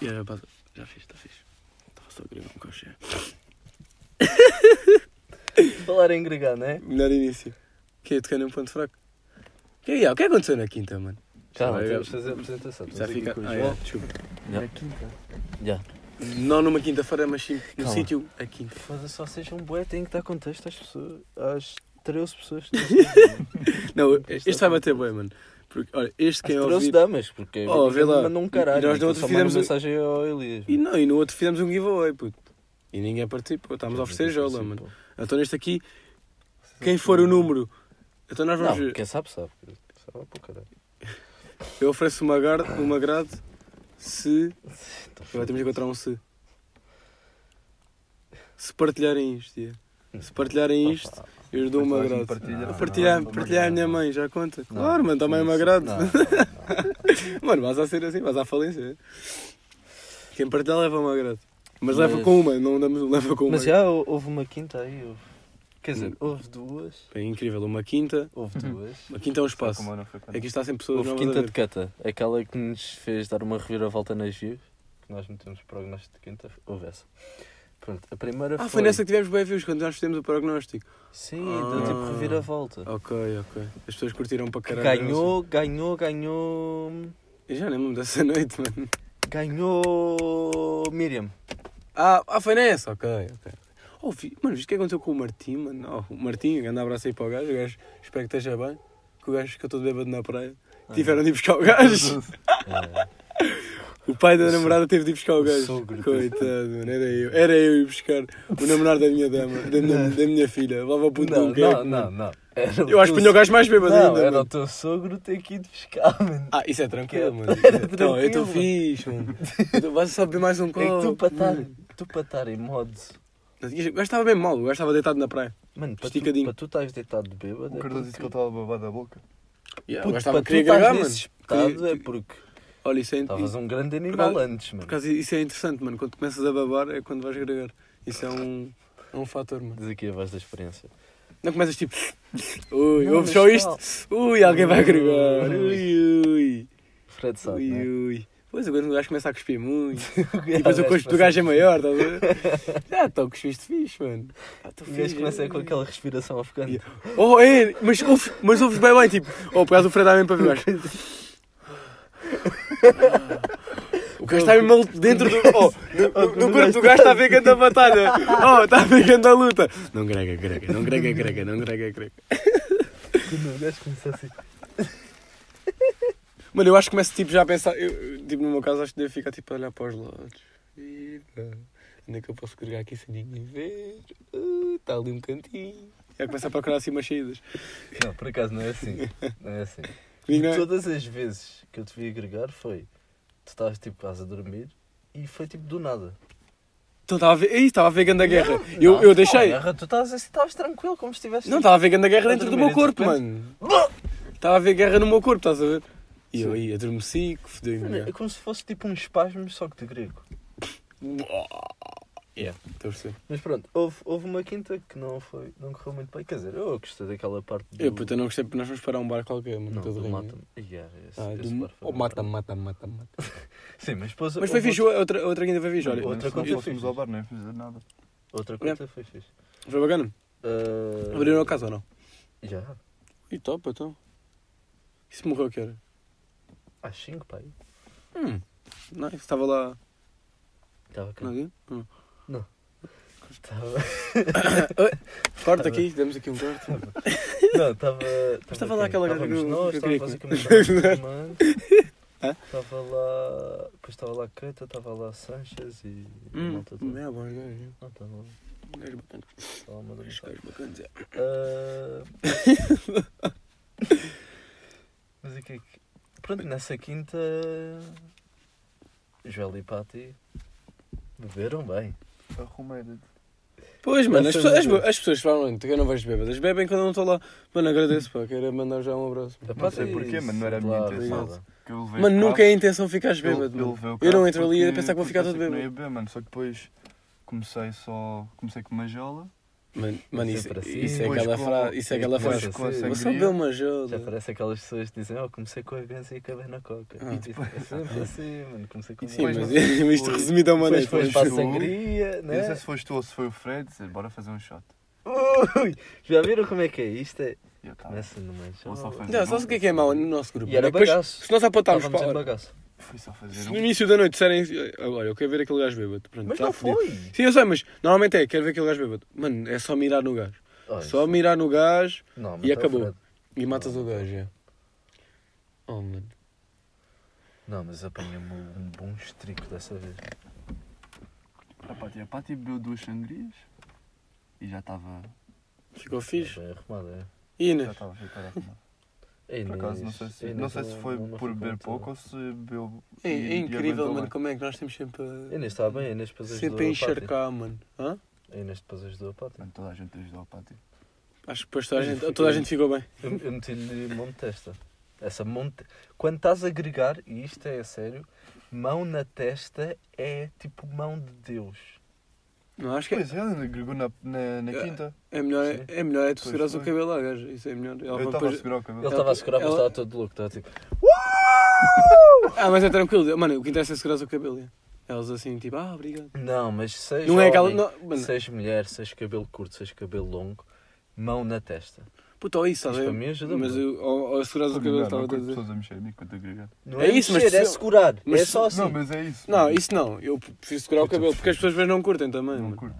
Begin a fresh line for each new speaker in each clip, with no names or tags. E a rapaz, já fiz, está fixe. Estava só a gravar um coxé.
Falar em gregar, não é?
Melhor início. Que é tocar num ponto fraco. Que é, o que é que aconteceu na quinta, mano?
Calma,
Vai,
Tá, temos de fazer a apresentação.
Já
Estamos aqui
fica.
com o
Ah,
João. então.
é, desculpa.
Já. Já.
Não numa quinta-feira, mas sim no
Calma.
sítio a quinta.
Foda-se, só sejam um bué, tem que dar contexto às pessoas, às 13 pessoas. que
Não, este é vai bater bem, mano. Porque, olha, este quem é
Às 13
ouvir...
damas, porque
Oh, vê lá.
mandam um caralho.
E nós no
então
outro
só
fizemos
mandam mensagem ao Elias.
E não, e no outro fizemos um giveaway, puto. E ninguém participou, estávamos a oferecer jola,
Sim,
mano.
pô.
Então neste aqui, quem for o número... Então nós vamos...
Não, quem sabe, sabe. Sabe lá para o caralho.
Eu ofereço uma, gar... uma grade se...
Então,
Agora temos de encontrar um se. Se partilharem isto, yeah. Se partilharem isto, eu dou uma grade.
partilha.
Ah, partilhar
Não, não,
partilhar a minha mãe, já conta. claro, mano, também é uma grade. Mano, vais a ser assim, vais à falência. é? Quem partilhar leva uma grade. Mas,
Mas-
leva com uma, não damos- leva com uma.
Mas já hou- houve uma quinta aí, houve. Quer
Hum.
dizer, houve duas.
É incrível, uma quinta.
Houve duas.
Uma quinta é um espaço.
Como eu não fui quando-
Aqui está sempre pessoas
Houve
novas a
quinta
ver.
de cata, aquela que nos fez dar uma reviravolta nas views, que nós metemos prognóstico de quinta, houve essa. Pronto, a primeira
Ah, foi nessa que tivemos bem views quando nós fizemos o prognóstico.
Sim,
Ah.
deu tipo reviravolta.
Ok, ok. As pessoas curtiram para
Que
caralho.
ganhou, ganhou, ganhou.
Eu já nem me lembro dessa noite, mano.
Ganhou. Miriam.
Ah, ah, foi nessa? Ok, ok. Oh, vi- mano, viste o que aconteceu com o Martim, mano? Oh, o Martim, grande abraço aí para o gajo. O gajo, espero que esteja bem. Que o gajo ficou todo bêbado na praia.
Ah.
Tiveram de ir buscar o gajo.
É.
O pai da namorada teve de ir buscar o gajo.
sogro teve.
Coitado, mano, era eu. Era eu ir buscar o namorado da minha dama, da minha, da minha filha. Levava o puto
não,
num queque,
não, não,
mano.
não. Era
Eu acho que punha o gajo mais bêbado
Não,
ainda,
era o
mano.
teu sogro ter que ir de pescar, mano.
Ah, isso é tranquilo, mano. Não, eu
tranquilo,
estou
mano.
fixe, mano. Eu tô- Vais só beber mais um
é que tu
copo.
para estar, tu para estar em modo.
O gajo estava bem mal, o gajo estava deitado na praia.
Mano, para tu,
Esticadinho. Um
para tu estás deitado de bêbado.
O Cardoso
é
disse que eu
porque...
estava babado a boca.
Yeah, o gajo
Puto, para
estava
tu
queria gravar,
estás
mano.
nesse estado é
Queria-
porque
Olha, isso é,
estavas
isso,
um grande animal
acaso-
antes, mano.
por acaso, isso é interessante, mano. Quando começas a babar é quando vais gregar. Isso é um, é um fator, mano.
Diz aqui a voz da experiência.
Não começas tipo. Ui, ouve
Não, mas
só
calma.
isto. Ui, alguém vai gregar.
Ui.
Ui, ui.
Fred sabe,
Ui,
né?
ui. Pois, agora o gajo começa a cuspir muito.
O
E depois o
gajo
custo do
começa-
gajo é maior, estás a ver? Já, então cuspiste fixe, mano. Ah, tu
O gajo começa com aquela respiração afegã.
Yeah. Oh, é, mas ouves, mas ouves bem bem, tipo. Oh, por causa do Fred dá mesmo para ver o gajo. O gajo está mesmo dentro do. Oh, no, no- no corpo do gajo está a ver grande a batalha. Oh, está a ver grande a luta. Não grega, grega, não grega, grega, não grega, grega.
Quando o gajo começa assim.
Mano, eu acho que começo tipo, já a pensar. Eu, eu, tipo, no meu caso, acho que devo ficar tipo a olhar para os lados. Ih, pá, Onde é que eu posso gregar aqui sem ninguém ver? Ah, Está ali um cantinho. Já começo a procurar assim umas saídas.
Não, por acaso não é assim. Não é assim. E
Comigo não é?
todas as vezes que eu te vi agregar foi. Tu estavas tipo quase a dormir e foi tipo do nada.
Então estava a ver. Ih, estava a ver grande a guerra. Eu,
Não,
eu deixei.
não, tu estavas assim, estavas tranquilo, como se estivesse. tipo,
Não, estava a ver grande guerra
A
dentro do
dormir,
meu corpo,
de repente.
mano. Estava a ver guerra no meu corpo, estás a ver? E eu aí adormeci, que fodei-me.
É como se fosse tipo um espasmo, só que de grego.
Yeah, estou a perceber.
Mas pronto, houve, houve uma quinta que não foi, não correu muito bem. Quer dizer, eu gostei daquela parte do.
Eu, puta, eu não gostei porque nós vamos parar um bar qualquer, mano.
Não,
todo
do
rindo.
mata-me. Yeah, esse,
Ah,
esse
do...
bar foi
Oh,
bom.
mata-me, mata-me, mata-me. mata-me.
Sim, mas depois.
Mas foi
houve
fixe, outra, outra ainda foi fixe, olha.
Outra
Se não
coisa
fôssemos
fixe.
ao bar, nem fiz nada.
Outra, outra quinta foi fixe.
Foi bacana?
Uh...
Abriram a casa ou não?
Já.
E top, É. então. Isso morreu a que hora?
Às 5, pai.
Hum, nice. Estava lá
Estava cá.
nadinho? Hum.
Estava.
Corta aqui, demos aqui um corte.
Não, estava.
estava lá aquela gaja que eu-
Não,
que eu
estava
queria
basicamente
comer. Hã?
Estava lá. Depois estava lá Cata, estava lá Sanches e.
Hum,
Não, estava lá.
é, bom, gajo.
Não, estava lá.
Gajo bacana.
Estava lá uma
Gajo
dançada.
gajo bacana, Zé.
Ah, Mas o que é que. Pronto, nessa quinta. Joel e Patti. Beberam bem.
Arrumei.
Pois, mano, as
Essa
é
pessoas, as,
vida.
be- as pessoas falam que eu não vejo bêbadas. Bebem quando eu não estou lá. Mano, agradeço, pá. Quero mandar já um abraço.
A
Não sei
Patti
porquê, mas não era a minha
sentou lá
intenção.
arrumada.
Que eu levei
Mano,
o
nunca
carro,
é a intenção ficar bêbado,
ele- ele
mano.
levei
Eu
o
não
carro
entro ali a
porque-
pensar que vou
porque
ficar todo
pensei que Não
bêbado.
ia beber, mano. Só que depois comecei só. Comecei com uma jola.
Mano, mano isso,
Sempre assim.
isso é
Pois
aquela
com-
frase. Isso é aquela
pois
frase.
com a
Vou só
sangria. é
beber uma
Já
ajuda.
parece aquelas pessoas que dizem, oh, comecei com a benza e acabei na coca.
Ah.
E tipo, é sempre assim, mano, comecei com a
Sim,
Pois,
mas,
benza.
mas-
mas isto
Pois.
resumido a uma
Depois
noite.
foi
mas-
para a
mas-
sangria,
Não
É.
sei
né?
se foste tu ou se foi o Fred dizer, bora fazer um shot.
Ui, já viram como é que é isto? É...
E eu tava.
Começa numa
Vou só fazer.
Não, só o que é que é mau no nosso grupo.
E era
Depois,
bagaço.
se nós apontarmos
Estávamos em
para.
bagaço.
Fui só
Se
fazer
no
um.
início da noite disserem. assim, Olha, eu quero ver aquele gajo bêbado. Pronto,
Mas
tá
não
fodido.
foi.
Sim, eu sei, mas normalmente é, quero ver aquele gajo bêbado. Mano, é só mirar no gajo.
Olha,
Só mirar no gajo
não, mas
e
tá
acabou.
Fred.
e matas o gajo, é. Oh, mano.
Não, mas apanhei-me um bom estrico dessa vez.
um. A Pati, a Pati bebeu duas sangrias e já estava.
Ficou fixe.
Bem arrumado, é.
E
Já tá.
Inês?
estava a ficar arrumado.
Ei,
Por
Inês,
acaso, não sei se,
Inês,
não sei se foi
não- não
por
ficou
beber
muito-
pouco ou se bebeu.
É,
e-
é
e
incrível,
aguentou
mano,
bem.
como é que nós temos sempre a,
Inês está bem, a Inês depois ajudou
sempre a
a Pátria.
encharcar, mano. Hã?
A Inês depois ajudou a Pátria.
Mano, toda a gente ajudou a Pati.
Acho que depois toda a gente, toda a gente ficou bem.
Eu, eu meti-lhe mão de testa. Essa mão de... Quando estás a agregar, e isto é sério, mão na testa é tipo mão de Deus.
Não, acho que é,
Pois é, ela agregou na, na, na
É,
quinta.
é melhor,
Sim.
é melhor é tu
Pois
segurares o
foi.
cabelo à gaja. Isso é melhor. Ela
Eu estava a
depois-
segurar o
Ele
cabelo.
Ela-
estava a segurar, mas
ela-
estava todo louco. Estava tipo,
Ah, mas é tranquilo. Mano, o que interessa é segurar o cabelo. é. Elas assim, tipo, ah, obrigado.
não, mas seja
Não é aquela.
homem,
Não, mano,
seja mulher, seja cabelo curto, seja cabelo longo, mão na testa.
puta, ou isso,
Isto
sabe?
para mim ajuda
Mas
muito.
eu, ou, ou seguras o
Não,
cabelo,
não,
estava a
não,
dizer.
pessoas a mexer em mim enquanto agregar.
Não
É
é,
isso, mas
mexer, é
se-
segurar.
mas
é só assim.
Não, mas é isso.
Não, isso não. Eu prefiro segurar o
Puta,
cabelo, porque as pessoas vezes não curtem também.
Não
mano.
curto.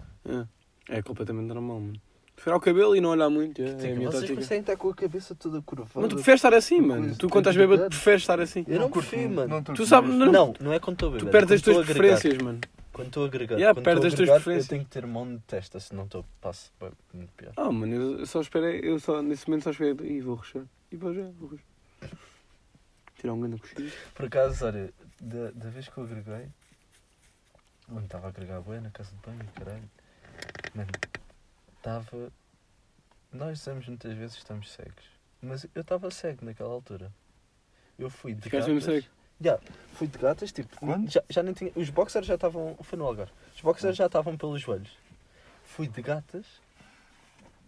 É, é completamente normal, mano. Segurar o cabelo e não olhar muito. É, é a
Tica,
minha
Vocês
tática.
conseguem estar com a cabeça toda curvada.
Mas tu preferes estar assim,
Uma
mano.
coisa
Tu
de
quando estás bêbado,
tranquilidade.
preferes estar assim.
Eu não
curto,
prefiro, mano.
não
Tu
curto
sabes-
mesmo.
não-
Não, não é quando estou
Tu
bêbado.
perdes
é
as tuas
quando estou a agregar.
preferências, mano.
Quando estou a agregar,
Yeah,
quando
perdes
estou a
as tuas
agregar, eu
preferências.
tenho que ter mão de testa, senão estou passo bem, muito pior.
Ah, mano, eu eu só esperei, eu só, nesse momento só esperei. e vou roxar. E vou já, vou roxar. Tirar um grande coxinho.
Por acaso, olha, da, da vez que eu agreguei, mano, estava a agregar bué na casa de banho, caralho. Mano, estava. Nós dizemos muitas vezes que estamos cegos, mas eu estava cego naquela altura. Eu fui de
Ficaste mesmo
gatas-
cego.
Já, fui de gatas, tipo,
Quando?
Já, já nem tinha. Os boxers já estavam. Foi no Algarve. Os boxers já estavam pelos joelhos. Fui de gatas,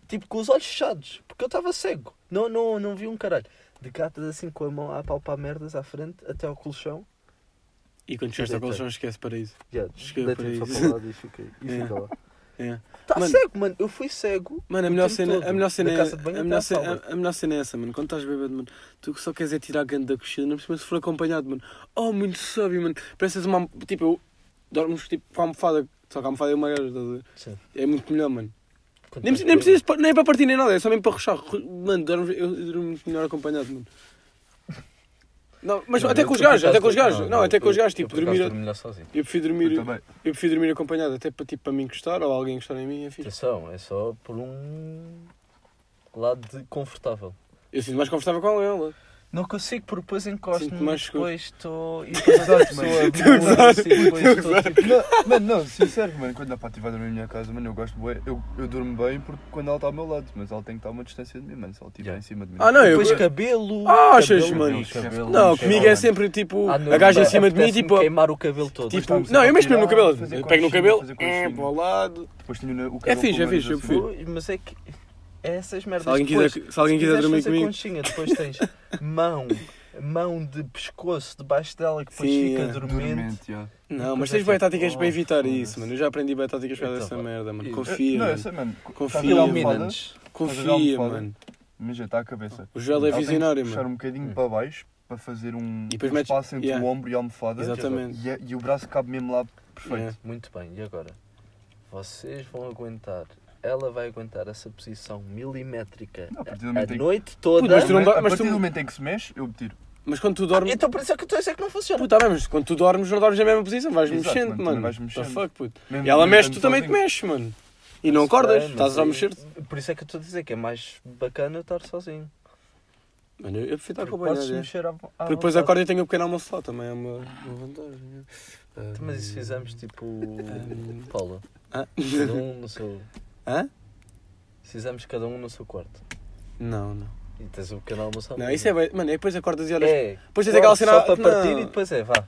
tipo, com os olhos fechados, porque eu estava cego. Não, não, não vi um caralho. De gatas assim com a mão a palpar merdas à frente até ao colchão.
E quando chegaste ao
Deitei.
colchão, esquece paraíso.
Já,
Cheguei
deitei-me
para
só
isso.
para o lado e fiquei. E
É.
fica lá.
É.
Tá
Mano.
cego, mano. Eu fui cego.
Mano, a
o
melhor,
tempo
cena,
todo,
a, melhor cena
da
é,
casa de banho
a,
até
melhor
à
cena,
sala.
a- a melhor cena é essa, mano. Quando estás bêbado, mano, tu só queres é tirar a grande da cochila, não precisa se for acompanhado, mano. Oh, muito sábio, mano. Pareces uma. Tipo, eu. Dormes tipo com a almofada, só que a almofada é uma gaja, estás a ver?
Sim.
É muito melhor, mano.
Quando
Nem,
estás
nem
bêbado.
precisas, pa- nem é para partir nem nada, é só mesmo para rochar. Ru- Mano, dormes- eu durmo muito melhor acompanhado, mano. Não, mas
Não,
até
eu
com os
por acaso
gajos, até com os
durmo-
gajos. Não, até com os
eu-
gajos,
eu
tipo,
por acaso
dormir.
durmo melhor sozinho.
Eu prefiro
Eu
dormir,
também.
eu prefiro dormir acompanhado, até para, tipo, para me encostar ou alguém encostar em mim, é fixe.
Atenção, é só por um lado de confortável.
Eu sinto mais confortável com alguém, lá.
Não consigo porque depois encosto-me,
Sinto mais seguro.
depois estou... E depois a pessoa
mano.
abre-se,
assim,
depois estou tipo...
Não, mano, não, sincero, mano, quando a Pati vai dormir na minha casa, mano, eu gosto bué, eu, eu durmo bem porque quando ela está ao meu lado, mas ela tem que estar a uma distância de mim, mano, se ela estiver
Yeah.
em cima de mim.
Ah, não, eu-
Depois cabelo...
Ah, achas,
cabelo,
mano?
cabelo,
Não,
cabelo.
comigo é sempre tipo.
À noite
A gaja em cima de mim,
apetece-me
tipo.
queimar o cabelo todo.
tipo
estamos
não,
a
eu mesmo no
tirar,
cabelo.
fazer
Eu Pego no
conchinha,
cabelo,
fazer
é,
conchinha.
para o lado.
Depois tenho na- o cabelo
fixe, é
pelo menos
fixe, eu
assim.
prefiro.
Ui, Mas é que... É essas merdas.
Se alguém quiser,
Depois,
se alguém
se
quiser
quiseres
dormir
fazer
comigo.
conchinha, depois tens mão, mão de pescoço debaixo dela que depois
Sim,
fica
é.
dormente.
Dormente, yeah.
Não,
Depois
mas
é
tens boas
tipo,
táticas
oh,
para evitar
foda-se.
isso, mano. Eu já aprendi boas táticas para
Então,
dessa
vá.
merda, mano.
Eu-
Confia,
Não, eu
mano.
sei, mano.
Confia,
Estás a dar uma fada,
Ilumina-nos.
Estás a dar
Confia,
uma fada?
mano.
Mas já está tá a cabeça.
O gel é
Ela tem que
visionário,
puxar
mano.
um bocadinho
Hum.
para baixo para fazer um
E depois
um
metes-
espaço entre
yeah.
o ombro e a almofada.
Exatamente.
E, é- e o braço cabe mesmo lá perfeito.
Yeah.
Muito bem, e agora? Vocês vão aguentar, ela vai aguentar essa posição milimétrica
Não, a partir do
a
momento em que-
noite toda.
Puto, mas tu não
a
dá- mas
partir
tu-
do momento em que se mexe, eu tiro.
Mas quando tu
Ah,
dormes.
então por isso é que eu estou a dizer que não funciona.
Puta, bem, mas quando tu dormes, não dormes na mesma posição, vais
Exato,
mexendo,
mano, também
mano.
vais
What the
mexendo.
fuck, puto.
Mesmo
E ela
mesmo
mexe, tu também te
sozinho.
mexes, mano. E não acordas,
Bem, mas
estás a
é-
mexer-te.
Por isso é que eu estou a dizer que é mais bacana eu estar sozinho.
Mano, eu eu prefiro estar
Porque
acompanhado.
podes
é.
mexer à, à
Porque depois acordo e tenho um pequeno almoço lá, também é uma, uma vantagem. é. Ah,
Mas isso fizemos tipo.
Hum.
Paula.
Ah.
Cada um no seu.
Hã?
Fizemos cada um no seu quarto.
Não, não.
E tens o pequeno almoço à
Não,
mesa.
isso é bem. Mano, é depois acordas e olhas.
É,
Depois tens aquela cena.
só para
não.
partir e depois é, vá.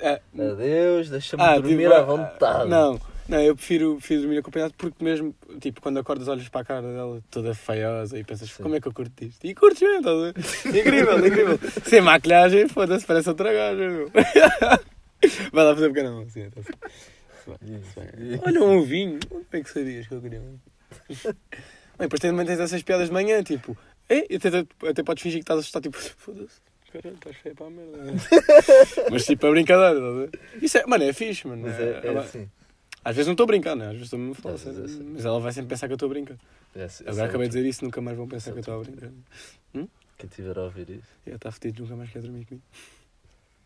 É.
Adeus, deixa-me
Ah,
dormir
tipo,
à vontade.
Não. Não, eu prefiro, prefiro dormir acompanhado porque mesmo, tipo, quando acordas olhas para a cara dela toda feiosa e pensas,
Sim.
como é que eu curto isto? E curtes mesmo, estás a ver? Incrível, incrível. Sem maquilhagem, foda-se, parece outra gaja, meu. Vai lá fazer um pequeno almoço, sim, então.
Isso,
Sim.
isso.
Olha um vinho, como é que sabias que eu queria um? Bem, depois também tens essas piadas de manhã, tipo, é, e até, até podes fingir que estás a assustar, tipo, foda-se. Caralho, estás feio para a merda. é? Mas tipo, é brincadeira, estás a ver? Isso é, mano, é fixe, mano.
Mas
É-
é, é
ela-
assim.
às vezes não estou a brincar, né? Às vezes estou mesmo a falar
Às vezes
sério.
é sério.
Mas ela vai sempre pensar que eu estou a brincar.
É, esse- esse é
Agora acabei
o
de dizer isso, nunca mais vão
Esse
pensar
é
que eu estava
o
a brincar.
truque. Quem tiver a ouvir isso.
Ela está fodido, nunca mais quer dormir comigo.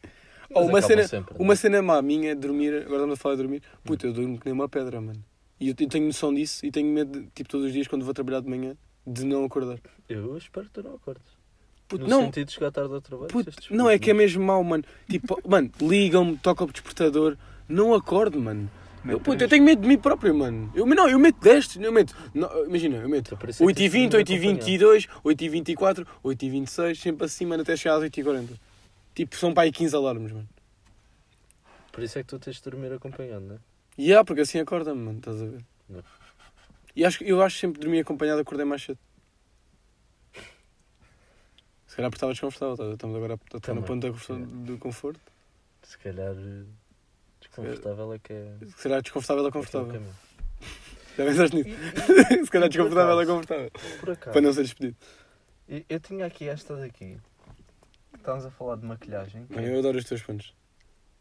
Mas
Oh, uma
acabam
cena,
sempre,
uma
né?
cena má minha é dormir, agora estamos a falar de dormir. Puta, eu durmo que nem uma pedra, mano. E eu, eu tenho noção disso e tenho medo, de, tipo, todos os dias quando vou trabalhar de manhã, de não acordar.
Eu espero que tu não acordes.
Puto,
no
não,
sentido de chegar tarde ao trabalho.
puto,
se és
não, é que é
despedido,
mesmo mau, mano. Tipo, mano, ligam-me, toca o despertador, não acordo, mano. Eu,
Mete
puto, eu
três.
tenho medo de mim próprio, mano. Eu, não, eu meto 10, eu meto. não, imagina, eu meto
Então, por isso é que
8h20,
tens de dormir
8h22, 8h24, 8h26, sempre assim, mano, até chegar às 8h40. Tipo, são para aí 15 alarmes, mano.
não. Por isso é que tu tens de dormir acompanhado, não é?
E yeah, porque assim acorda-me, mano, estás a ver?
Não.
E acho, que- eu acho que sempre dormi acompanhado, acordei mais cedo. Se calhar porque estava desconfortável, estás a ver? estamos agora a estar no
Também,
ponto da confo-
yeah.
do conforto.
Se calhar eh, desconfortável é que é.
Se calhar desconfortável é
é
confortável.
o caminho.
Já pensaste nisso? Se calhar desconfortável é confortável.
Por acaso.
Para não ser despedido.
Eu, eu tinha aqui esta daqui. que Estamos a falar de maquilhagem. que
Mano,
é
eu adoro os teus pontos.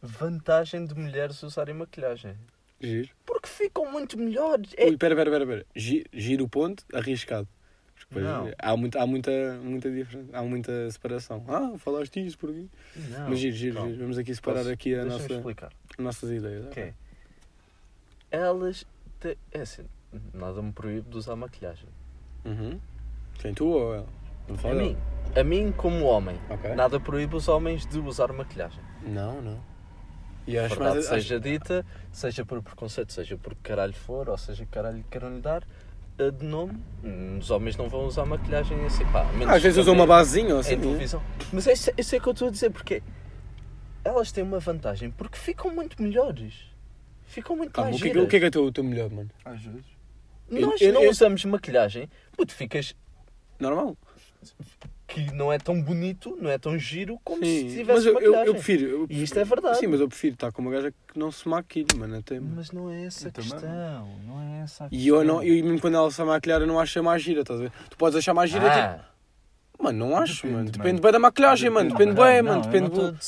Vantagem de mulheres usarem maquilhagem.
Giro.
Porque ficam muito melhores. É...
Ui, pera, pera, pera, pera. Gi- Giro o ponto, arriscado. Porque depois
Não.
há, muito, há muita, muita diferença, há muita separação. Ah, falaste isso por aqui.
Não.
Mas giro, giro,
calma.
giro. Vamos aqui separar
Posso-
aqui a
Deixa-me
nossa,
explicar.
as nossas ideias.
Que é, Elas. te- É assim, nada me proíbe de usar maquilhagem.
Uhum. Quem tu ou ela? Não
A
fala
mim. A mim, como homem.
dela. Ok.
Nada proíbe os homens de usar maquilhagem.
Não, não. E acho
Verdade
mais.
seja dita, seja por preconceito, seja por que caralho for, ou seja, que caralho queiram lhe dar, eh, de nome, hum, os homens não vão usar maquilhagem assim, pá. a menos
Às vezes
que
usam
também
uma basezinha ou
Em
assim. né?
televisão. Mas isso, isso é que eu estou a dizer, porque elas têm uma vantagem, porque ficam muito melhores. Ficam muito
Calma, o
mais
que, é que-
giras.
o que é que é o teu- o teu melhor, mano?
Às vezes.
Nós
Eu- eu-
não
eu-
usamos maquilhagem, puto, ficas
Normal.
que não é tão bonito, não é tão giro como
Sim.
se
Mas eu,
tivesse
eu,
maquilhagem.
eu prefiro. eu-
E isto é verdade.
Sim, mas eu prefiro estar com uma gaja que não se maquilha, mano, até. mano.
Mas não é essa a
Eu também.
questão, não é essa a
Então, E eu, não,
questão.
eu mesmo quando ela se maquilhar, eu não acho a mais gira, estás a ver? Tu podes achar mais gira,
Ah.
tipo, mano, não acho,
Depende,
mano.
mano.
Depende bem da maquilhagem, mano. Depende
Não,
bem,
não,
mano.
eu
Depende
não
do-
tô de,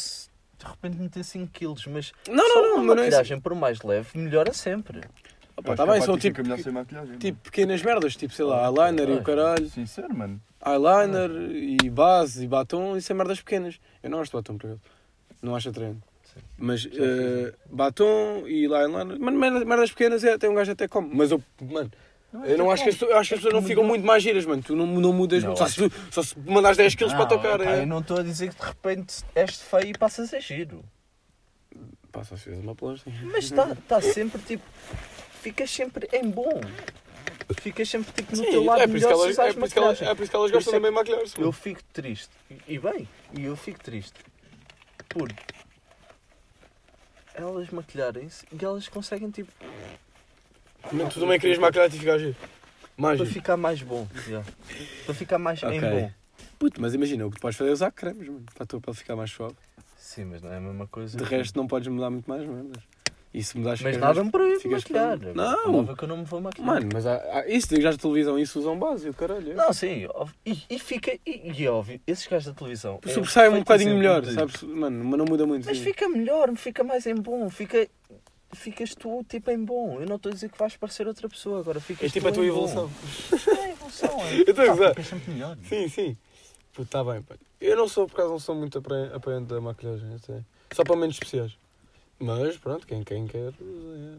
de repente meter 5 quilos, mas
Não,
só
não, não,
uma
mas não é isso.
maquilhagem por mais leve melhora sempre.
Eu acho
Está
que é a
bem, são
Pathy
tipo,
fica melhor sem maquilhagem.
tipo pequenas merdas, tipo, sei lá, eyeliner e o caralho.
mano. Sincero, mano.
Eyeliner e base e batom, isso é merdas pequenas. Eu não gosto de batom, por acaso. Não acho atraente.
Sim.
Mas
fiz,
eh, batom e eyeliner, mano, merdas, merdas pequenas é, até um gajo até come. Mas eu, mano, eu
Tipo,
não acho que as pessoas, eu acho que as pessoas não ficam muito mais giras, mano. Tu não, não mudas,
Não,
muito. só, se, tu- só se mandares 10 quilos para tocar.
pá,
é.
Eu não estou a dizer que de repente és feio e passas a giro.
Pá, só se fez uma plástica.
Mas está tá sempre tipo. Ficas sempre em bom. Ficas sempre tipo no teu lado
é por isso
melhor
que
se
elas, é
usares
por isso que elas,
maquilhagem.
é por isso que elas
Por
gostam
isso é
também de maquilhar-se.
Eu
mano.
fico triste. E, e bem, e eu fico triste. Por elas maquilharem-se e elas conseguem tipo
Mano, Tu também querias maquilhar-te e ficar giro. Mais
Para
giro.
ficar mais bom. Para ficar mais
Ok.
em bom.
Puto, mas imagina, o que tu podes fazer é usar cremes, mano, para a tua pele ficar mais suave.
Sim, mas não é a mesma coisa.
De
que-
resto, não podes mudar muito mais merdas. E se mudares
Mas
ficas
nada
mais-
me proíbe
ficas
maquilhar.
com- Não!
Prova que eu não me vou maquilhar.
Mano, mas há, há, isso, digo já de televisão, isso usam base, o caralho. é.
Não, sim. óbvio. E, e fica. E, e é óbvio, esses gajos da televisão. é assim
Sobressai um
perfeito
bocadinho
exemplo
melhor,
de-
sabes? Mano, mas não muda muito.
Mas
sim.
fica melhor, fica mais em bom. Fica. Ficas tu tipo em bom. Eu não estou a dizer que vais parecer outra pessoa agora. Ficas
É tipo a
tu
tua
em
evolução.
Bom. É a evolução, é.
Eu estou a gozar.
Ficas sempre melhor. né?
Sim, sim. Puto, tá bem, pá. Eu não sou, por acaso, não sou muito apre- apoiante da maquilhagem, até. Só para menos especiais. Mas, pronto, quem, quem quer, usa,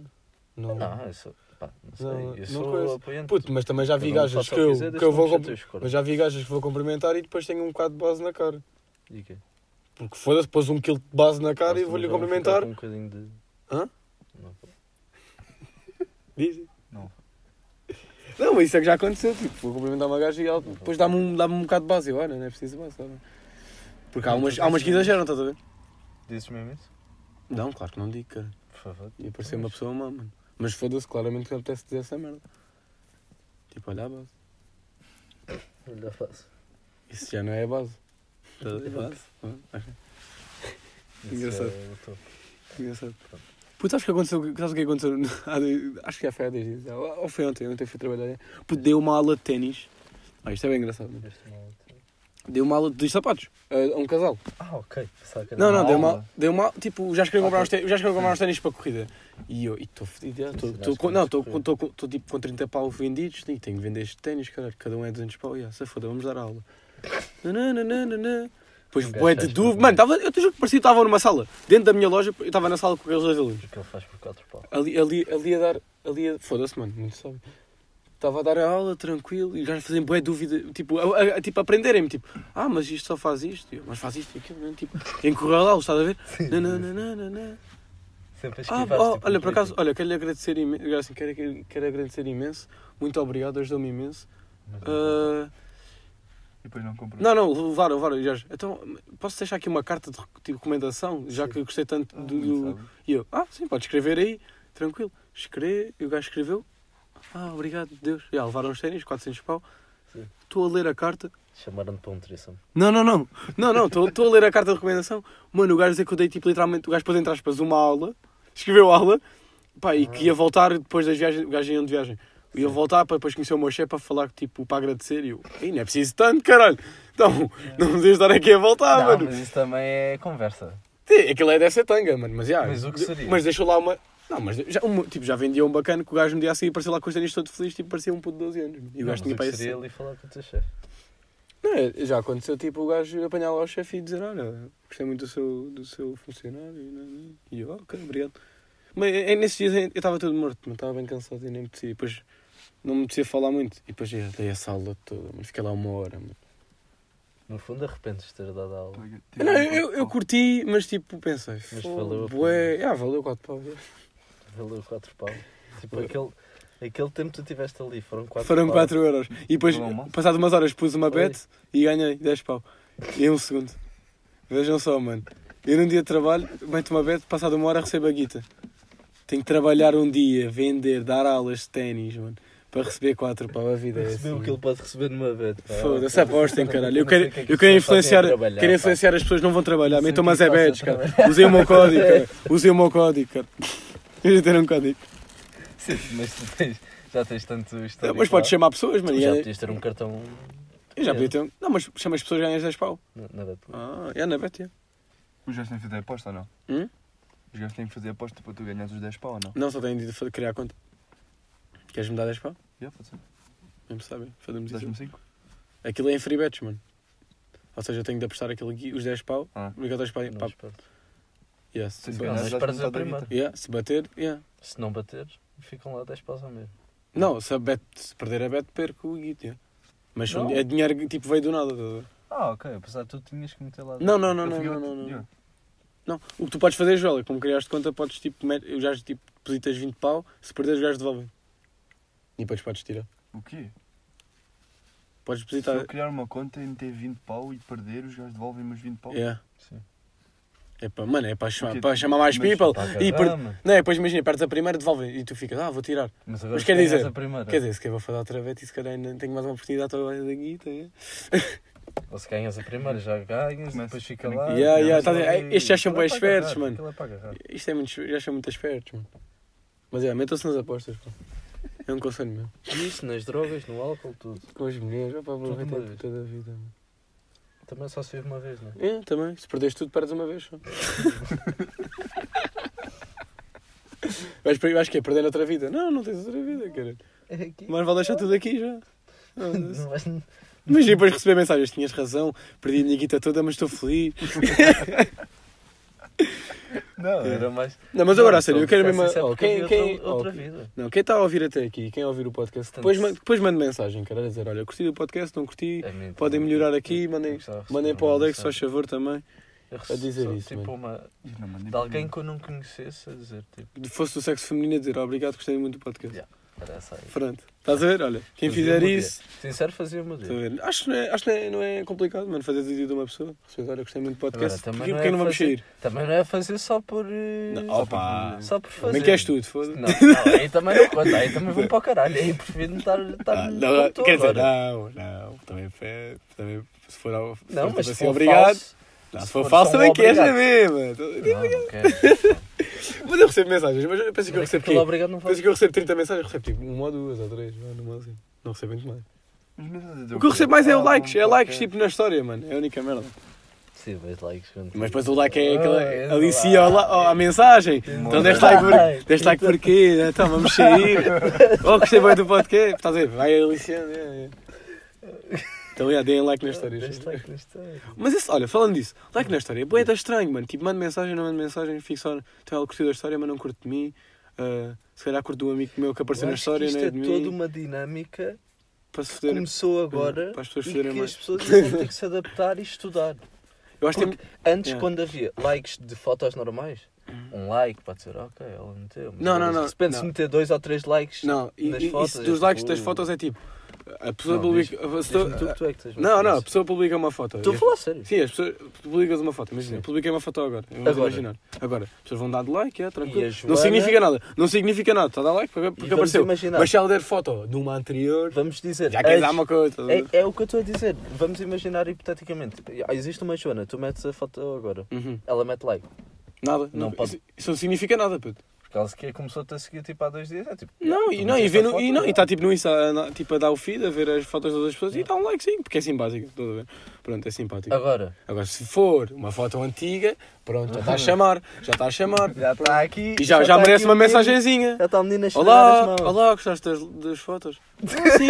é. Não.
Não, eu sou. Pá, não sei.
Não, não
eu sou
conheço.
apoiante.
Puto, mas também já vi
Cada um
gajas
faz o
que eu,
quiser,
que
desde
eu
não
vou...
mexer
com-
as cores.
Mas já vi gajas que vou cumprimentar e depois tenho um bocado de base na cara.
Diga.
Porque foda-se, pôs um quilo de base na cara
Mas
e vou-lhe
também vão
cumprimentar.
ficar com Um bocadinho de.
Hã?
Não.
Diz.
Não.
Não, mas isso é que já aconteceu. Tipo, vou cumprimentar uma gaja e ela depois dá-me um, dá um bocado de base. Eu, olha, não é preciso base, sabe? Porque há
Não,
umas,
tu
há umas que
dizes-
exageram, estás a ver?
Dizes mesmo isso?
Não, claro que não digo, cara.
Por favor.
Ia parecer uma pessoa má, mano. Mas foda-se, claramente que lhe apetece dizer essa merda. Tipo, olha a base.
Olha, faço.
Isso já não é a base. Já é a base.
Isso
Engraçado.
É o topo.
Engraçado. Puto, acho que aconteceu. Sabes o que aconteceu? Há dois- acho que já foi há dois dias. Ou ou foi ontem, ontem fui trabalhar. Puto, dei uma aula de ténis. Ah, isto é bem engraçado. né?
Este maluco.
Dei uma aula dos sapatos a a um casal.
Ah, ok. Pensava que era
Não, não,
mau.
deu
aula?
mal. Deu mal. Tipo, já queria
Ah,
comprar,
tá.
os ténis- já queria comprar os ténis para a corrida. E eu, estou fedido. já, tô-
Sim, sim,
tô
acho
com-
que
Não,
vais
estou
correr.
tipo com 30 pau vendidos. E tenho que vender estes ténis, caralho. Cada um é 200 pau. Yeah, se foda, vamos dar aula. Nananana. Pois,
Um gajo
boé de
faz
dúvida.
tudo,
Mano,
né?
tava, eu te juro que parecia que estava numa sala. Dentro da minha loja, eu estava na sala com aqueles dois alunos.
O que ele faz por 4 pau?
Ali, ali, ali a dar. Ali a. Foda-se, mano, muito sabe. Estava a dar a aula tranquilo e os gajos fazem boé dúvida, tipo, a, a- a- tipo, aprenderem-me, tipo, ah, mas isto só faz isto, e eu, mas faz isto e aquilo, né? tipo, encurralá-los, estás a ver?
Sim,
Não, não,
sim,
não,
sim.
não, não, não. Ah,
Sempre a esquivar-se,
oh,
tipo,
olha,
um
por acaso,
crítico.
olha, quero lhe agradecer imenso, assim, quero, quero- quero agradecer imenso, muito obrigado, ajudou-me imenso.
Mas não.
Ah,
E depois não comprou.
não, não, levaram, levaram, e eles, então, posso deixar aqui uma carta de rec- de recomendação, já que eu gostei tanto
Ah,
do-
nem
do,
sabe.
e eu, ah, sim, pode escrever aí, tranquilo. Escreve, e o gajo escreveu, ah, obrigado, Deus. Já levaram os ténis, 400 pau.
Sim.
Estou a ler a carta.
Chamaram-te para um threesome.
Não, não, não, não, não, estou estou a ler a carta de recomendação. Mano, o gajo dizer que eu dei tipo literalmente, o gajo pôs entre aspas uma aula, escreveu aula, pá, e que ia voltar depois das viagens, o gajo ia de viagem. Ia voltar para depois conhecer o meu chefe para falar, tipo, para agradecer. E eu, ei, não é preciso tanto, caralho. Então, não me devias estar aqui a voltar,
É. não,
Ah, mano.
mas isso também é conversa.
Sim, aquilo é, deve ser tanga, mano. Mas, já,
Mas o que seria?
Mas deixou lá uma. Não, mas já, um- tipo, já vendia um bacana que o gajo no dia a seguir apareceu lá com os ténis todo feliz, tipo, parecia um puto de 12 anos. mano. E o
Não,
gajo tinha
mas
para
eu
esse.
seria ali falar com o teu chefe.
Não, é, já aconteceu, tipo, o gajo apanhar lá o chefe e dizer: Olha, gostei muito do seu, do seu funcionário. e não- não. E eu, "Ah, ok, obrigado. Mas é, é, nesses dias eu estava todo morto, mas estava bem cansado e nem me apetecia. E depois não me apetecia falar muito. E depois já dei a sala toda, mano. Fiquei lá uma hora, mano.
No fundo, arrependes de ter dado a aula.
Paga-
Não, eu, eu, eu curti, mas tipo, pensei.
Mas
"Fogo,
valeu a
bué." Ah, valeu 4 pau. bué.
Valeu 4 pau. Tipo, aquele, aquele tempo que tu tiveste ali foram 4
Foram 4 euros. E depois,
Não é um mal?
passado umas horas, pus uma
Olha.
bet e ganhei 10 pau. Em um segundo. Vejam só, mano. Eu num dia de trabalho, meto uma bet, passado uma hora recebo a guita. Tenho que trabalhar um dia, vender, dar aulas de ténis, mano. Para receber 4 pau, a vida é assim.
Recebeu o que ele pode receber numa vez. pá.
Foda-se, apostem, caralho. Eu
Não
quero,
sei o que é que
eu quero
as pessoas fazem a
influenciar,
trabalhar,
quero
pá.
influenciar as pessoas que não vão trabalhar.
Não sei
Metam
o que é
umas
que fazem
abetes,
a
cara. Usei o meu código, cara. Usei o meu código, cara. Eu já tenho um código.
Sim, mas tu tens, já tens tanto histórico
É, Mas
lá.
podes chamar é- pessoas, mano.
Tu
e
Já é.
ganha-
podias ter um cartão
Eu já podia ter um. Não, mas chama as pessoas e ganhas 10 pau.
na, na bet.
Ah, é na bet, é.
Os gajos têm que fazer aposta ou não?
Hum?
Os gajos têm que fazer aposta para tu ganhares os 10 pau ou não?
Não, só tenho de fa- criar a conta. Queres-me dar 10 pau?
Já, pode ser.
Mesmo sabem, fazemos isso.
Dás-me 5?
Aquilo é em free bets, mano. Ou seja, eu tenho de apostar aquilo aqui, os 10 pau,
Ah.
obrigatórios para.
Não
para-
esperes.
Yeah, se,
Sim,
ba-
Não,
Mas
mas
já
esperas
tem
a
metade da
primeira.
yeah, se bater, yeah.
Se não bateres, ficam lá 10 paus ao mesmo.
Não, se, a bet, se perder a bet, perco o guito. yeah. Mas são-
Não.
é dinheiro que tipo, veio do nada. estás a ver?
Ah, ok. Apesar de tu tinhas que meter lá
Não, não, não, não, não, não, não. Não, O que tu podes fazer, Joel, é como criaste conta, podes tipo, met... os gajos tipo, depositas 20 pau, se perderes, os gajos devolvem. E depois podes tirar.
O quê?
Podes
Se
depositar.
eu criar uma conta e meter 20 pau e perder, os gajos devolvem-me os 20 pau. É
Yeah.
Sim.
É para, mano, é para chamar,
Porque-
para chamar mais
mas-
people.
Pá,
E per...
caramba.
Não, é, depois imagina, perdes a primeira, devolvem. E tu ficas, ah, vou tirar.
Mas agora
Mas
se
quer
ganhas
dizer-
a primeira.
Quer dizer, se calhar vou fazer outra vez e se calhar ainda tenho mais uma oportunidade para da guita. é?
Ou se ganhas a primeira, já ganhas,
Começa-
depois fica lá.
Yeah,
depois
yeah, tá a
lá
dizer,
e-
estes já são
Aquilo
bué
é para
espertos,
agarrar,
mano.
aquilo é para agarrar.
Isto é muito, já são muito espertos, mano. Mas é, metam-se nas apostas, pá. É um conselho meu.
E Isso, nas drogas, no álcool, tudo.
Com as mulheres, opá, vou
Tudo
aproveitar
uma vez.
toda a vida, mano.
Também só se vive uma vez, não é?
É, também. Se perdes tudo, perdes uma vez só. Vais, per- vais que é perder outra vida? Não, não tens outra vida, caralho.
É aqui.
Mas vou deixar tudo aqui já. Não, não-
Não vais-
Mas e depois receber mensagens, tinhas razão, perdi a minha guita toda, mas estou feliz.
Não, é. era mais. então
Não, É. mas agora, a sério,
só
eu quero
ficar
mesmo.
sincero,
Oh,
porque
quem,
eu
quem,
assim, outra, outra
oh,
vida.
Não, quem está a ouvir até aqui, quem a ouvir o podcast,
Portanto,
depois,
se-
ma- depois manda mensagem, cara, a dizer, olha, eu curti o podcast, não curti,
É mesmo.
podem melhorar aqui, mandem,
Eu gostava de
mandem
receber
para o
uma
Alex, só
mensagem.
favor, também.
Eu recebi
dizer
só,
isso,
Tipo uma.
Ih, não mandei
De alguém
para
que eu não conhecesse, a dizer tipo.
De- Fosse do sexo feminino a dizer, obrigado, gostei muito do podcast.
Yeah. Olha essa aí.
Pronto. Estás a ver? Olha, quem fizer
Fazia-me o
isso.
dia. Sincero, fazia-me o dia.
Estás a ver? Acho que não é, acho que não é, não é complicado, mano, fazer vídeo de uma pessoa. Pessoas, olha, gostei muito do podcast.
também
Porquê
não
não,
é
não vamos
fazer-
sair?
Também não é fazer só por. eh,
Não,
só
opa.
por- Só por fazer.
Nem queres tudo, foda-se.
Não, não, aí também não conta, aí também vão para o caralho. Aí prefiro não estar. estar
Ah,
como
não,
estou
quer dizer,
Tá agora.
não, não, também, é- também se for ao. se for
Não, mas
tipo
se
assim,
for
obrigado.
falso-
Não, se
se
for
for
falso
só um
também queres, não é
obrigado.
mesmo?
Não, não quero.
Mas eu recebo mensagens, mas eu penso que é. eu
Mas é
recebo
aquele
quê?
obrigado não faz.
Penso que eu recebo 30 mensagens, eu recebo tipo uma ou duas ou três, não, no máximo. Não recebo muito mais.
Mas mesmo a dizer
O que eu recebo mais é
Ah,
o likes,
um
é likes
podcast.
tipo na história, mano, é a única merda.
Sim, mas likes. quando-
Mas depois o like é
Ah,
aquela.
é
alicia ao la- ao- à mensagem. Então deste like, por, deste like porquê? né? Então vamos sair. Oh, gostei bem do podcast. Estás a ver? Vai aliciando. É, é. Então, yeah, deem like nas histórias.
Deste like na história.
Mas isso, olha, falando disso, like na história, é da estranho, mano. Tipo, mando mensagem, não mando mensagem, fico só. Então ela curtiu da história, mas não curte de mim. Ah, se calhar curte de um amigo meu que apareceu
Eu
na
acho
história,
que
não
isto
é
é
de mim.
toda uma dinâmica
Para se
que
foderem.
começou agora
para as pessoas
e
fazerem
que
mais.
as pessoas vão ter que se adaptar e estudar.
Eu acho que tem-
Antes,
Yeah. Hum.
quando havia likes de fotos normais, um like pode ser, ok, ela meteu. mas
Não, não,
agora,
não,
De repente, se
não.
meter dois ou três likes
Não, e,
nas
e-
fotos,
isso
é
dos
tipo,
likes das
uh,
fotos é tipo. A pessoa
Não,
publica. a pessoa-
diz-me tu que tu é que tens mais
Não, não, a
experiência.
pessoa publica uma foto. E
Estou a
as-
falar sério.
Sim, as pessoas. Tu publicas uma foto, imagina.
Sim.
Publiquei uma foto agora. Vamos
Agora.
imaginar. Agora, as pessoas vão dar de like, é tranquilo.
E a
Não
Joana-
significa nada. Não significa nada. Está a dar like porque, porque
vamos
apareceu.
imaginar.
Mas se ela der foto de uma anterior,
Vamos dizer.
já quer
as-
dar uma coisa. tá
é, é o que eu estou a dizer. Vamos imaginar hipoteticamente. Existe uma Joana, tu metes a foto agora.
Uhum.
Ela mete like.
Nada.
Não
Não,
pode.
Isso, isso não significa nada, puto.
Porque ela sequer começou-te a seguir tipo há dois dias. É tipo.
Não,
tu
e, não, e,
meteste
vê
a
no-
foto,
e, não, e
já.
está tipo no Insta a, tipo, a dar o feed, a ver as fotos das outras pessoas e dá um like sim, porque é simpático. estás a ver? Pronto, é simpático.
Agora.
Agora, se for uma foto antiga, pronto, já está a chamar, já está a chamar.
Já está aqui.
E já, tá já
está
merece
aqui
uma
o menino.
mensagenzinha.
Já está a menina a chorar
Olá,
as mãos.
olá, gostaste das, das fotos? Ah, sim.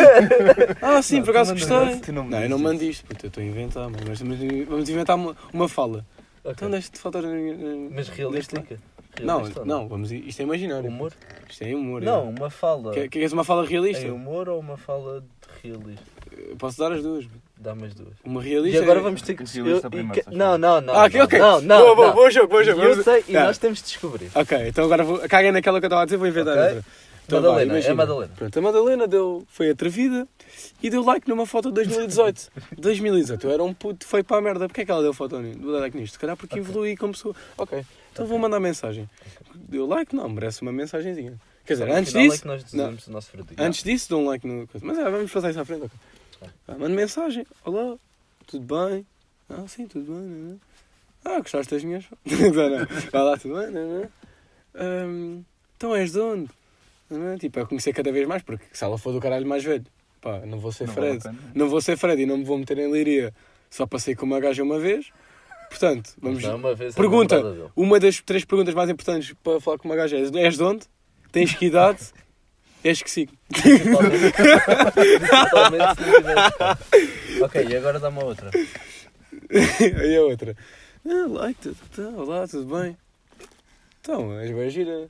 Ah, sim, por acaso
tu mandas isso,
gostei.
tu não
Não,
me
eu
dizes
não
isso.
mando isto, puto, eu estou a inventar, mano. Mas vamos vamos inventar uma, uma fala.
Ok.
Então, deste fotos. eh,
Mas
deste like.
realística.
Não,
Realista ou
não, vamos. Isto é imaginário.
Humor?
Isto é humor.
Não, uma fala.
Quer- Queres uma fala realista?
É humor ou uma fala de realista?
Eu Posso dar as duas. puto.
Dá mais duas.
Uma
um. E
realista.
agora
é-
vamos ter que.
um Realista
eu- e
primeiro,
que-
estás
Não, não, não.
Ah, ok,
não,
ok.
Não, não.
boa, boa,
não.
bom jogo, bom jogo.
Eu
vamos-
sei, e
Tá.
nós temos de descobrir.
Ok, então agora vou. Caguem naquela que eu estava a dizer, vou inventar
Ok.
outra. Então, vá,
Madalena,
imagina.
é Madalena.
Pronto, a Madalena deu, foi atrevida e deu like numa foto de 2018. 2018, eu era um puto feio para a merda. Porquê é que ela deu foto ni- deu like nisto? Se calhar porque evoluí como pessoa. Ok, então vou mandar mensagem. Deu like? Não, merece uma mensagenzinha. Quer dizer,
No
antes
final é
disso.
que nós
não.
dizemos o nosso verdict.
Antes disso, dou um like no. coisa. Mas é, vamos fazer isso à frente.
Tá.
ok. Ah, mando mensagem. Olá, tudo bem? Ah, sim, tudo bem. né, né? Ah, gostaste das minhas fotos? Não, não. Vai lá, tudo bem? Não, não. Ahm, então és de onde? Não, não. Tipo, a conhecer cada vez mais, porque se ela for do caralho mais velho, pá, não vou ser
Não vale a
Fred.
pena.
não vou ser Fred e não me vou meter em Liria só para sair com uma gaja uma vez. Portanto, vamos.
Então,
Dá é uma vez a
Pergunta.
namorada dele.
Uma das três perguntas mais importantes para falar com uma gaja é: és de onde? Tens que idade? És que sigo.
Principalmente principalmente se não tiveres cá. Ok, e agora dá uma outra.
Aí a outra. Ah, like, tu, tu, tá, olá, tudo bem? Então, és bem gira.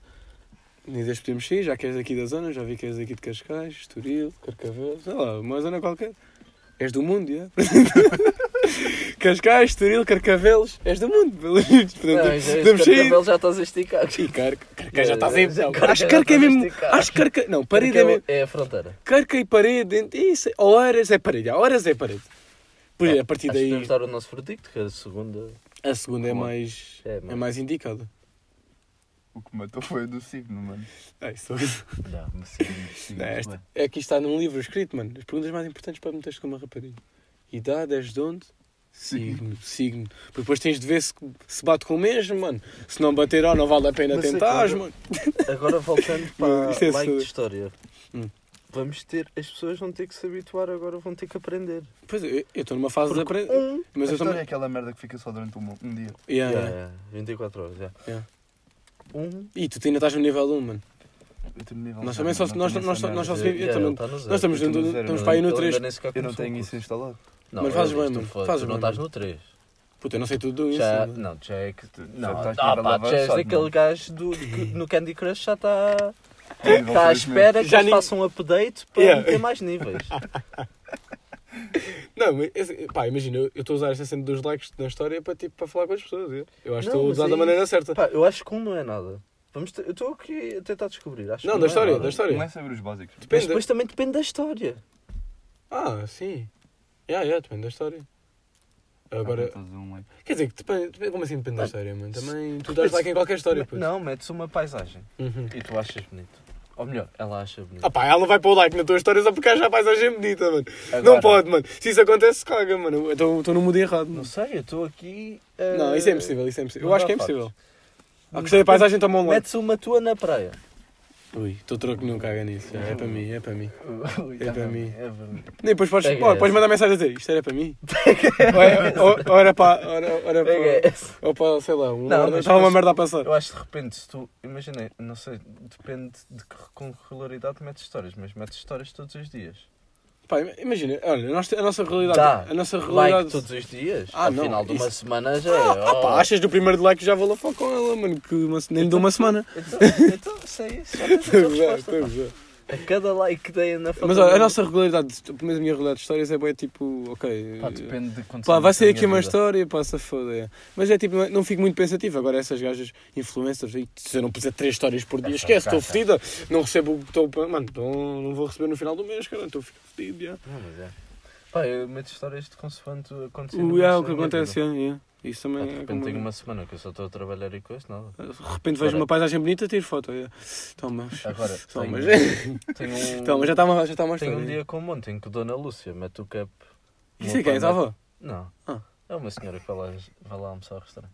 Nem deixo podemos sair, já que és aqui da zona, já vi que és aqui de Cascais, Estoril, Carcavel, sei lá, uma zona qualquer. És do mundo, já. Cascais, Estoril, Carcavelos, és do mundo, pelo menos.
Não,
tipo, Podemos,
já,
podemos sair.
cabelo já estás a esticar.
E Carca, Carca já
Já-
estás em.
já-
não,
Carca
Acho que
já
Carca é
estás a
mesmo.
esticar.
Acho que Carca. Não, parede é
Porque
mesmo.
É a fronteira.
Carca e parede, ent- isso. Horas é parede, há horas é parede. Pois é, a partir
Acho que
daí.
Podemos dar o nosso verdicto, que é a segunda.
A segunda é
Como é?
mais,
É,
é
mas-
mais indicada.
O que matou foi o do signo, mano.
É, isso.
Não, mas
Sim,
Não,
muito
esta-
bem.
é que isto está num livro escrito, mano. As perguntas mais importantes para meteres com uma rapariga. Idade, és de onde? Signo, signo. Porque depois tens de ver se, se bate com o mesmo, mano. Se não bater, ó, não vale a pena
Mas é
tentares,
que-
mano.
Agora voltando para
Isto é
like
sua.
de história.
Hum.
Vamos ter, as pessoas vão ter que se habituar agora, vão ter que aprender.
Pois é, eu- eu estou numa fase
Porque
de aprender.
um-
Mas
a
eu
história é
também.
aquela merda que fica só durante um, um dia.
Yeah,
Yeah,
yeah.
yeah, 24 horas, já.
Yeah.
Um.
E tu ainda estás no nível 1, mano.
Eu tenho nível
Nós
zero,
também só-
não
nós-
tenho
nós-
essa
nós só
merda.
se vive- eu também-
tá
nós estamos,
eu
no,
estou no zero,
estamos
mano.
para aí no
Ele
3.
ainda nem sequer
Eu não
começou
tenho
o
isso
curso.
instalado.
Não,
Mas fazes
eu
bem,
disse,
mano,
tu fo-
fazes
Tu
bem,
não estás
mano.
no 3.
Puta, eu não sei tudo isso.
Já,
mano.
não, já é que. tu- Não,
Já estás
ah,
na
pá,
lava
já és
shot,
aquele
mano.
gajo do, que no Candy Crush já tá- está.
Tenho nível
Está à
três mesmo.
Tá, espera que
Já
eles
nem-
façam um update para
Yeah.
meter mais níveis.
Não, mas esse- pá, imagina, eu eu estou a usar essa cena dos likes na história para, tipo, para falar com as pessoas. Eu, eu acho que estou
Não,
a
mas
usar
é
da maneira
isso.
certa.
Pá, eu acho que um não é nada. Vamos te- Eu estou aqui a tentar descobrir. Acho
Não,
que
da
é
história,
agora.
da história.
Não é saber os básicos.
Mas
Depende.
depois também depende da história.
Ah, sim. Yeah, yeah, depende da história.
Ah,
Agora,
então.
Estás um like.
quer dizer, que depende, depende- como assim depende da
Não.
história, mano? Também tu dás like em qualquer história, puto.
Não, metes uma paisagem
Uhum.
e tu achas bonito. Ou melhor, ela acha bonito.
Ah pá, ela vai pôr o like na tua história só porque acha a paisagem bonita, mano.
Agora-
Ah, Não pode, mano. Se isso acontece, caga, mano. Então estou no mundo errado,
Não
mano.
sei, eu estou aqui. eh,
Não, isso é impossível, isso é impossível. Eu
Não
acho
dá
que é
factos.
impossível. Ah, gostei da paisagem, toma um like.
Metes uma tua na praia.
Ui, estou troco, não caga nisso. já, É para mim, é para mim. É para mim.
É para mim.
Nem depois podes,
Pega
ó,
essa.
podes mandar mensagem a dizer isto era para mim. ou, é- ou- ou era para. Ou era, ou era
Pega
É para.
essa.
Ou para, sei lá, um
Não,
merda-
mas
estava uma
depois-
merda a passar.
É, Eu acho que de repente, se tu. Imagina, não sei, depende de que, com que regularidade metes histórias, mas metes histórias todos os dias.
Pá, imagina, olha, a nossa, a nossa realidade.
Dá.
A nossa
Like
realidade.
todos os dias?
Ah,
ao
não,
final de uma
isso-
semana já é.
Ah, ah,
oh.
pá, achas do primeiro de like que já vou lá falar com ela, mano, que uma- nem lhe dou uma semana.
Então, então sei isso. já tens a tua
Estou a gozar,
resposta,
estou a
pá.
gozar.
A cada like que deem na foto.
Mas olha, a nossa regularidade, pelo menos a minha regularidade de histórias é bem tipo, ok.
Pá, depende de quanto
Pá, vai sair aqui uma
mais
história, passa foda. é. Mas é tipo, não fico muito pensativo. Agora essas gajas influencers, aí, se eu não puser três histórias por dia, esquece, estou fedida. Não recebo, estou, mano, então não vou receber no final do mês, cara, estou fedido, já.
Não, mas é. Pá, eu meto histórias de consoante acontecer.
O,
no
é, o que
mês da minha
acontece,
vida.
é, é. Isso também
Pá,
é
de repente
como-
tenho uma semana que eu só estou a trabalhar e coisa, nada.
De repente vejo
Agora-
uma paisagem bonita, tiro foto. É. Toma,
Agora,
toma,
tenho, tenho um,
toma, já está uma, já está uma
tenho
história.
um dia como ontem em que Dona Lúcia mete o cap.
Isso é quem?
estava?
Estava?
Não.
Ah.
É uma senhora que vai lá, vai lá almoçar ao restaurante.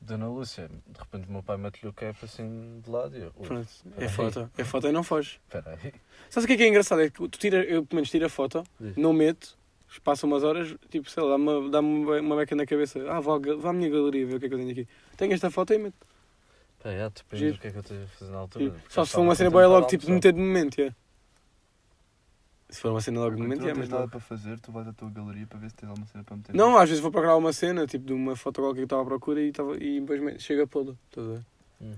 Dona Lúcia, de repente o meu pai mete-lhe o cap assim de lado e eu. ui,
Pronto, é
Ai.
foto, é foto e não foge.
Espera aí.
Sabe o que é que é engraçado? É que tu tira, eu pelo menos tiro a foto,
Diz.
não meto, passa umas horas, tipo, sei lá, dá-me dá uma beca na cabeça. Ah, vá, à ga- vá à minha galeria ver o que é que eu tenho aqui. Tenho esta foto e meto.
Pá, é, depende
Giro.
do que é que eu esteja a fazer na
E
altura. porque
Só
eu
se for
estava
uma cena
contente
boa é
para
logo
lá
tipo de
almoçar.
meter de momento, é. Se for uma cena logo de
Quando
momento,
tu não
é,
tens
mas
nada
não.
para fazer, tu vais à tua galeria para ver se tens alguma cena para meter.
Não, às vezes vou procurar uma cena, tipo de uma foto qualquer que estava à procura e, tava, e depois me- chega a pô-la. estás a ver?
Hum.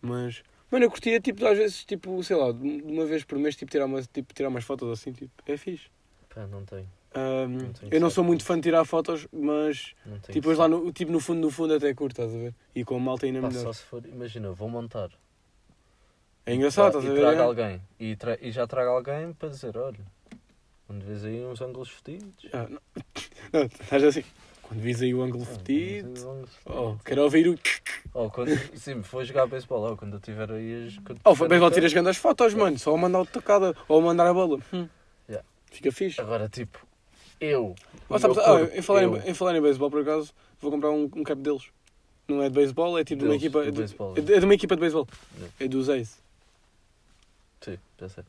Mas. Mano, eu curtia, tipo, às vezes, tipo, sei lá, de uma vez por mês, tipo, tirar, uma, tipo, tirar umas fotos assim, tipo, é fixe.
Pá, não tenho.
Ahm,
Não tenho
eu não sou
certeza.
muito fã de tirar fotos, mas
Não tenho
tipo, hoje lá no, tipo, no fundo, no fundo até curto, estás a ver? E com a malta ainda
Pá,
melhor.
só se for, imagina, eu vou montar.
É engraçado,
e
estás a ver?
trago
é?
alguém. E, tra- e já trago alguém para dizer, olha, quando vês aí uns ângulos fedidos.
Ah, não. Não, estás assim. Quando vis aí o ângulo
ah,
fedido.
uns ângulos
Oh,
fedidos."
quero ouvir o.
Ou quando, sim, for jogar beisebol, ou quando eu tiver aí as... quando
Oh,
tiver
foi bem,
a
lá
tocar.
tiras grandes fotos, mano. Só a mandar o tocada ou a mandar a bola. Hum.
Yeah.
Fica fixe.
Agora, tipo, eu...
Oh,
o
sabes,
meu
ah,
corpo,
em, falar
eu-
em, em falar em beisebol, por acaso, vou comprar um, um cap deles. Não é de beisebol, é tipo de uma
Deles,
equipa.
do
é de-
beisebol,
é, de, é de uma equipa de beisebol.
Yeah.
É dos Ace.
Sim, já sei.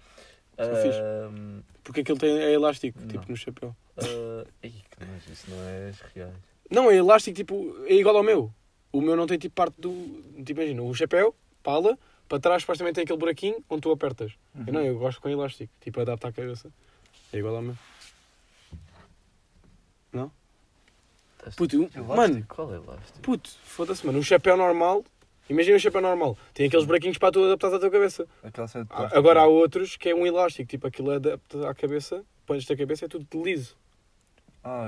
Sou fixe.
Ahm,
Porque aquilo tem, é elástico,
Não.
tipo, no chapéu.
ah, ai, que nojo, isso não é as reais.
Não, é elástico, tipo, é igual ao meu. O meu não tem tipo parte do. Tipo, imagina, o chapéu, pala, para trás supostamente tem aquele buraquinho onde tu apertas.
Uhum.
Eu não, eu gosto com elástico, tipo, adapta à cabeça. É igual ao meu. Puto, um-
Elástico?
mano,
tipo, Qual é elástico?
puto, foda-se, mano. Um chapéu normal, imagina um chapéu normal, tem aqueles buraquinhos para tu adaptar à tua cabeça.
Aquela cena de
Ah,
plástico.
Agora há outros que é um elástico, tipo, aquilo adapta à cabeça, pões-te a cabeça, é tudo liso.
Ah,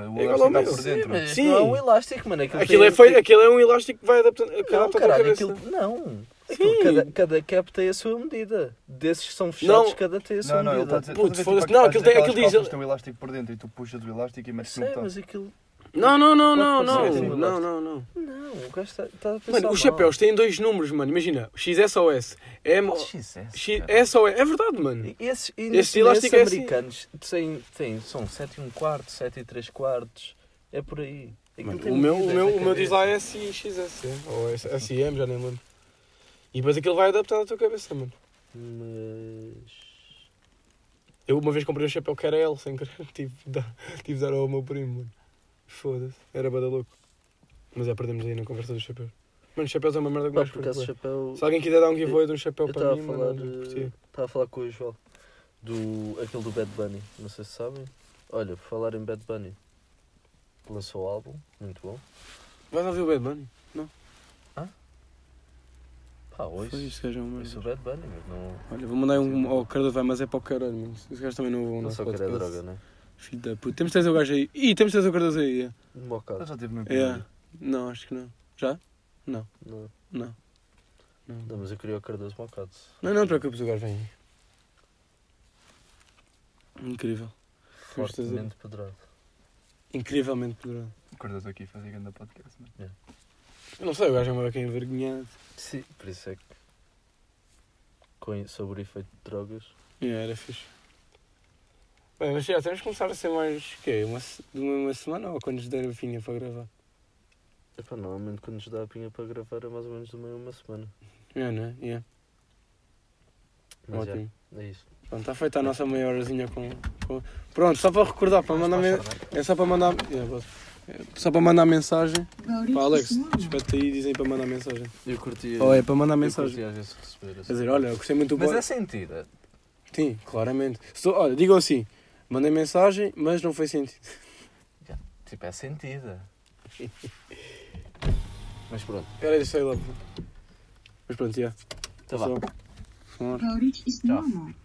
É
o
igual
elástico
ao
Tá
está
meu.
por dentro.
Mas
Sim.
Não é um elástico, mano. Aquilo,
Aquilo
tem- tipo,
é, feio, aquilo é um elástico que vai adaptando que
Não,
adapta à tua
caralho,
cabeça.
aquilo... Não. Aquilo, cada, cada cap tem a sua medida. Desses que são fechados,
Não.
cada tem a sua
Não, não, ele está
medida.
a dizer.
Puto,
estás a ver,
foda-se,
tipo,
não,
aquelas-
aquilo tem-
aquelas
aquilo diz-
calças que Tem um elástico por dentro e tu puxas do elástico e metes no
Sei,
botão.
mas aquilo...
Não, não, não, não,
Pode
ser
não,
assim,
não, não, não.
Não, o gajo está tá a pensar
Mano, os
mal.
chapéus têm dois números, mano. Imagina, XSOS. M... X... SOS. É verdade, mano.
E Esses, e
Esse
nesse-
elástico
nesses
é assim.
americanos têm, têm, são 7 e 1 quarto, 7 e 3 quartos. É por aí. Aquilo
Mano,
tem
o, meu, o,
medidas
meu,
na
o meu diz lá
cabeça.
SXS. é? Ou S- SM, já nem lembro. E depois aquilo vai adaptando à tua cabeça, mano.
Mas.
Eu uma vez comprei um chapéu que era L, sem querer. Tive de dar, tive de dar ao meu primo, mano. Foda-se. Era bada louco. Mas já perdemos aí na conversa dos chapéus. Mano, os chapéus é uma merda que
Pá,
mais
por acaso, o
curto.
chapéu.
bué. Se alguém quiser dar um giveaway de um
Eu
chapéu
estava
para
a
mim,
falar.
mano, eu
eh,
curtia.
Estava a falar com o João. Do. aquele do Bad Bunny. Não sei se sabem. Olha, por falar em Bad Bunny. Lançou o álbum, muito bom.
Vais ouvir o Bad Bunny?
Pá,
Foi
hoje.
isso, gajo, é uma merda.
Isso o Bad Bunny, mas não.
Olha, vou mandar um ao cara vai, mas é para o caralho, mano. Os gajos também não vão
Não
nosso
só quer a
podcast.
droga, né?
Filho da puta. Temos de trazer o gajo aí. Ih, temos de trazer o Cardoso aí. É.
De mocado.
Eu já tive meu
É. Não, acho que não. Já?
Não.
Não. Não,
Não, mas eu queria o Cardoso para o Cato.
não, não te preocupes, o gajo vem. Incrível. Vamos trazer-
Fortemente pedrado.
Incrivelmente poderoso.
Acordas aqui a fazer grande podcast, mano.
Eu não sei, o gajo é uma bem envergonhado.
Sim. Por isso é que. Com, sobre o efeito de drogas.
Yeah, era fixe. Bem, mas já temos que começar a ser mais. quê? Uma, se- de uma, uma semana ou quando nos der a finha para gravar?
Epá, normalmente quando nos dá a pinha para gravar é mais ou menos de uma, em uma semana.
Yeah, não é? Yeah.
Mas já,
Ótimo.
é isso.
Pronto, está feita a nossa meia horazinha com. com- Pronto, só para recordar, para mandar. men- É só para mandar. yeah, boa. É só para mandar mensagem. Para Alex, despete aí e dizem para mandar mensagem.
Eu curti.
Ou é para mandar
eu
mensagem.
curti às vezes receber assim.
Quer dizer, olha, eu gostei muito do
Mas
podcast.
é sentida.
Sim, claramente. Só- olha, digam assim: mandei mensagem, mas não foi sentido.
Tipo, é sentida. Mas pronto,
Espera aí, sei lá. Mas pronto, já.
tá vá.
Só-
Rolich ist
Ciao.
normal.